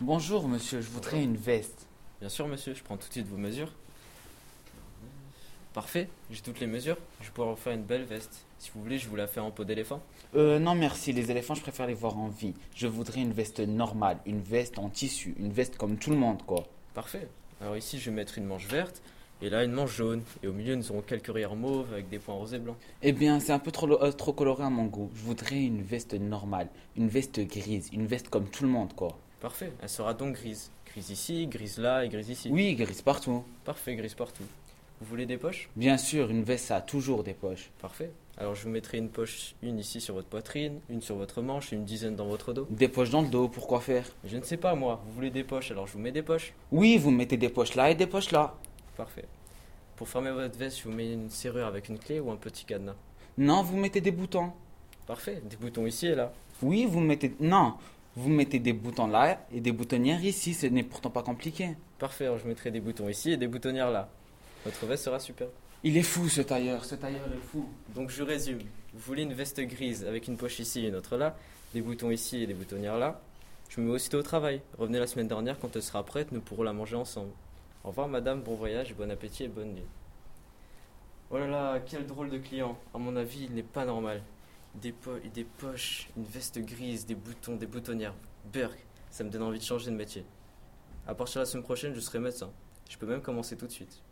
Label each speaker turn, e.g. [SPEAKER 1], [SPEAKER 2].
[SPEAKER 1] Bonjour monsieur, je voudrais une veste.
[SPEAKER 2] Bien sûr, monsieur, je prends tout de suite vos mesures. Parfait, j'ai toutes les mesures. Je pourrais vous faire une belle veste. Si vous voulez, je vous la fais en peau d'éléphant.
[SPEAKER 1] Euh, non merci, les éléphants, je préfère les voir en vie. Je voudrais une veste normale, une veste en tissu, une veste comme tout le monde, quoi.
[SPEAKER 2] Parfait. Alors ici, je vais mettre une manche verte et là une manche jaune. Et au milieu, nous aurons quelques rires mauves avec des points roses et blancs.
[SPEAKER 1] Eh bien, c'est un peu trop, euh, trop coloré à mon goût. Je voudrais une veste normale, une veste grise, une veste comme tout le monde, quoi.
[SPEAKER 2] Parfait. Elle sera donc grise. Grise ici, grise là et grise ici.
[SPEAKER 1] Oui, grise partout.
[SPEAKER 2] Parfait, grise partout. Vous voulez des poches
[SPEAKER 1] Bien sûr, une veste, ça a toujours des poches.
[SPEAKER 2] Parfait. Alors je vous mettrai une poche, une ici sur votre poitrine, une sur votre manche et une dizaine dans votre dos.
[SPEAKER 1] Des poches dans le dos, pourquoi faire
[SPEAKER 2] Je ne sais pas moi, vous voulez des poches, alors je vous mets des poches.
[SPEAKER 1] Oui, vous mettez des poches là et des poches là.
[SPEAKER 2] Parfait. Pour fermer votre veste, je vous mets une serrure avec une clé ou un petit cadenas.
[SPEAKER 1] Non, vous mettez des boutons.
[SPEAKER 2] Parfait, des boutons ici et là.
[SPEAKER 1] Oui, vous mettez... Non, vous mettez des boutons là et des boutonnières ici, ce n'est pourtant pas compliqué.
[SPEAKER 2] Parfait, alors je mettrai des boutons ici et des boutonnières là. Votre veste sera superbe.
[SPEAKER 1] Il est fou ce tailleur, ce tailleur est fou.
[SPEAKER 2] Donc je résume. Vous voulez une veste grise avec une poche ici et une autre là, des boutons ici et des boutonnières là. Je me mets aussitôt au travail. Revenez la semaine dernière quand elle sera prête, nous pourrons la manger ensemble. Au revoir madame, bon voyage, bon appétit et bonne nuit. Oh là là, quel drôle de client. À mon avis, il n'est pas normal. Des, po- des poches, une veste grise, des boutons, des boutonnières. Burk, ça me donne envie de changer de métier. À partir de la semaine prochaine, je serai médecin. Je peux même commencer tout de suite.